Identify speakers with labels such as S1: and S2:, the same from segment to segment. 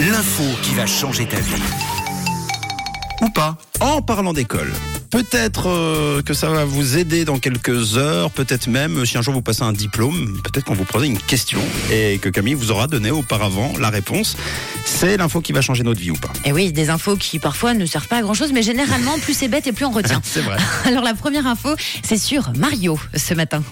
S1: l'info qui va changer ta vie. Ou pas.
S2: En parlant d'école, peut-être euh, que ça va vous aider dans quelques heures, peut-être même euh, si un jour vous passez un diplôme, peut-être qu'on vous posez une question et que Camille vous aura donné auparavant la réponse. C'est l'info qui va changer notre vie ou pas.
S3: Et Eh oui, des infos qui parfois ne servent pas à grand chose, mais généralement, plus c'est bête et plus on retient.
S2: C'est vrai.
S3: Alors la première info, c'est sur Mario ce matin.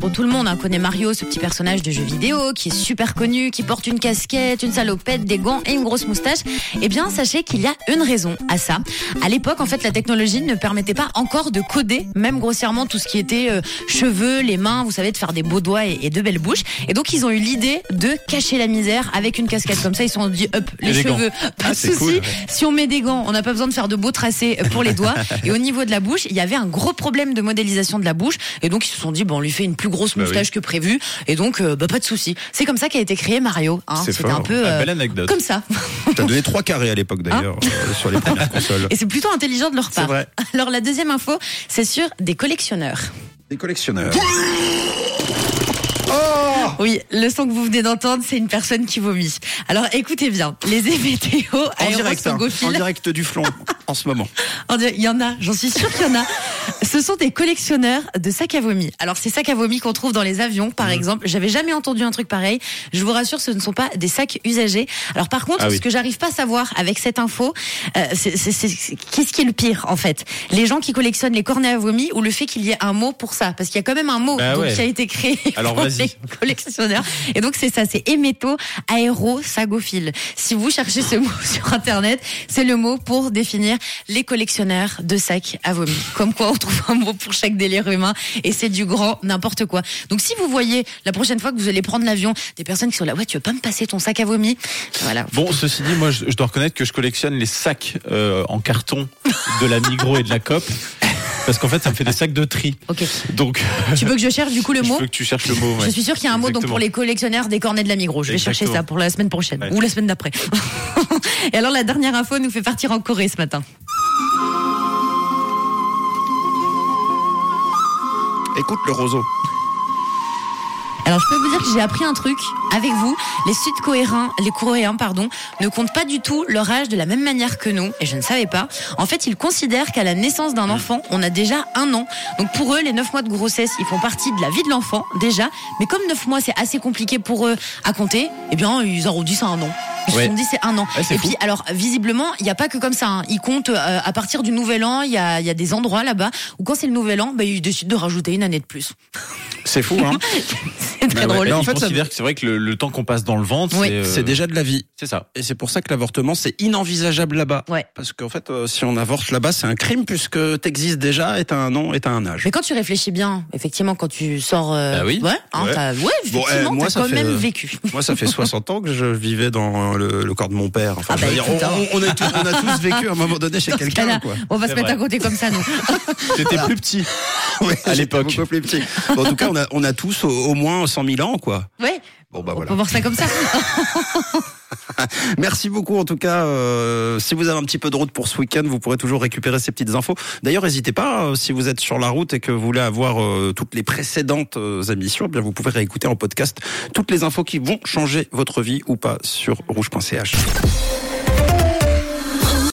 S3: Bon, tout le monde hein, connaît Mario, ce petit personnage de jeu vidéo qui est super connu, qui porte une casquette, une salopette, des gants et une grosse moustache. Eh bien, sachez qu'il y a une raison à ça. À l'époque, en fait, la technologie ne permettait pas encore de coder, même grossièrement, tout ce qui était euh, cheveux, les mains, vous savez, de faire des beaux doigts et, et de belles bouches. Et donc, ils ont eu l'idée de cacher la misère avec une casquette. Comme ça, ils se sont dit, hop, les,
S2: les gants.
S3: cheveux, pas
S2: Ah,
S3: de
S2: c'est
S3: soucis.
S2: cool, ouais.
S3: Si on met des gants, on n'a pas besoin de faire de beaux tracés pour les doigts. Et au niveau de la bouche, il y avait un gros problème de modélisation de la bouche. Et donc, ils se sont dit, bon, on lui fait une plus grosse
S2: Bah oui.
S3: moustache que prévu. Et donc, euh, bah, pas de souci. C'est comme ça qu'a été créé Mario. hein.
S2: C'est
S3: C'était
S2: fort.
S3: un peu
S2: Ah, belle anecdote.
S3: comme ça.
S2: T'as donné trois carrés à l'époque d'ailleurs euh, sur les premières consoles.
S3: Et c'est plutôt intelligent de leur
S2: C'est
S3: part.
S2: vrai.
S3: Alors, la deuxième info, c'est sur des collectionneurs.
S2: Des collectionneurs.
S3: Oui, le son que vous venez d'entendre, c'est une personne qui vomit. Alors, écoutez bien. Les EVTO
S2: En direct, hein, en
S3: aérosogophile,
S2: direct du flon en ce moment.
S3: en direct, Oh, il y en a, j'en suis sûre qu'il y en a. Ce sont des collectionneurs de sacs à vomi. Alors, ces sacs à vomi qu'on trouve dans les avions,
S2: Mmh.
S3: par exemple, j'avais jamais entendu un truc pareil. Je vous rassure, ce ne sont pas des sacs usagés. Alors, par contre,
S2: Ah oui.
S3: ce que j'arrive pas à savoir avec cette info, euh, c'est c'est- c'est- c'est- qu'est-ce qui est le pire, en fait Les gens qui collectionnent les cornets à vomi ou le fait qu'il y ait un mot pour ça Parce qu'il y a quand même un mot
S2: Bah
S3: donc,
S2: ouais.
S3: qui a été créé
S2: Alors,
S3: pour
S2: vas-y.
S3: les collectionneurs. Et donc, c'est ça, c'est héméto aéro sagophile. Si vous cherchez ce mot sur Internet, c'est le mot pour définir les collectionneurs de sacs à vomi. Comme quoi, on trouve un mot pour chaque délire humain et c'est du grand n'importe quoi. Donc, si vous voyez la prochaine fois que vous allez prendre l'avion, des personnes qui sont là, ouais, tu veux pas me passer ton sac à vomi Voilà.
S4: Bon, ceci dit, moi, je, je dois reconnaître que je collectionne les sacs euh, en carton de la Migros et de la COP. Parce qu'en fait, ça me fait des sacs de tri.
S3: Ok.
S4: Donc,
S3: Tu veux que je cherche du coup le
S4: je
S3: mot
S4: veux que tu cherches le mot. ouais.
S3: Je suis sûr qu'il y a un mot donc
S4: Exactement.
S3: pour les collectionneurs des cornets de la Migros. Je vais chercher
S4: Exactement.
S3: ça pour la semaine prochaine
S4: Ouais.
S3: ou la semaine d'après. Et alors la dernière info nous fait partir en Corée ce matin.
S2: Écoute le roseau.
S3: Alors je peux vous dire que j'ai appris un truc avec vous. Les Sud-Coréens, les Coréens, pardon, ne comptent pas du tout leur âge de la même manière que nous. Et je ne savais pas. En fait, ils considèrent qu'à la naissance d'un enfant, on a déjà un an. Donc pour eux, les 9 mois de grossesse, ils font partie de la vie de l'enfant déjà. Mais comme 9 mois, c'est assez compliqué pour eux à compter, eh bien, ils auront dit ça un an. Ils se
S4: Ouais.
S3: sont dit c'est un an.
S4: Ouais, c'est
S3: Et
S4: fou.
S3: puis alors visiblement, il n'y a pas que comme ça. hein. Ils comptent euh, à partir du nouvel an. Il y a, il y a des endroits là-bas où quand c'est le nouvel an, bah, ils décident de rajouter une année de plus.
S2: C'est fou, hein
S3: C'est très
S2: Ah ouais.
S3: drôle.
S2: Mais en
S4: Ils
S2: fait, ça-
S4: considèrent que c'est vrai que le, le temps qu'on passe dans le ventre,
S3: Oui.
S4: c'est, euh,
S2: C'est déjà de la vie.
S4: c'est ça.
S2: Et c'est pour ça que l'avortement, c'est inenvisageable là-bas.
S3: Ouais.
S2: Parce qu'en fait, euh, si on avorte là-bas, c'est un crime puisque t'existes déjà et t'as un nom et t'as un âge.
S3: Mais quand tu réfléchis bien, effectivement, quand tu sors, euh,
S4: Bah oui.
S3: ouais, hein,
S2: Ouais.
S3: t'as- ouais,
S2: Bon,
S3: effectivement,
S2: eh, moi,
S3: t'as
S2: ça
S3: quand
S2: fait,
S3: même
S2: euh,
S3: vécu.
S2: Moi, ça fait 60 ans que je vivais dans le, le corps de mon père. Enfin,
S3: Ah
S2: je veux
S3: bah,
S2: dire,
S3: écoute,
S2: on, on- on a tous, on a tous vécu à un moment donné chez
S3: Dans ce cas-là,
S2: quelqu'un, quoi.
S3: on va se
S4: C'est
S3: mettre
S4: vrai.
S3: à côté comme ça, nous.
S4: T'étais plus petit.
S2: Ouais,
S4: À
S2: j'étais
S4: l'époque.
S2: beaucoup plus petit. Bon, en tout cas, on a, on a tous au, au moins 100 000 ans, quoi.
S3: Ouais,
S2: Bon, bah
S3: on
S2: voilà.
S3: peut voir ça comme ça.
S2: Merci beaucoup, en tout cas. euh, si vous avez un petit peu de route pour ce week-end, vous pourrez toujours récupérer ces petites infos. D'ailleurs, n'hésitez pas, euh, si vous êtes sur la route et que vous voulez avoir euh, toutes les précédentes euh, émissions, eh bien vous pouvez réécouter en podcast toutes les infos qui vont changer votre vie ou pas sur rouge.ch.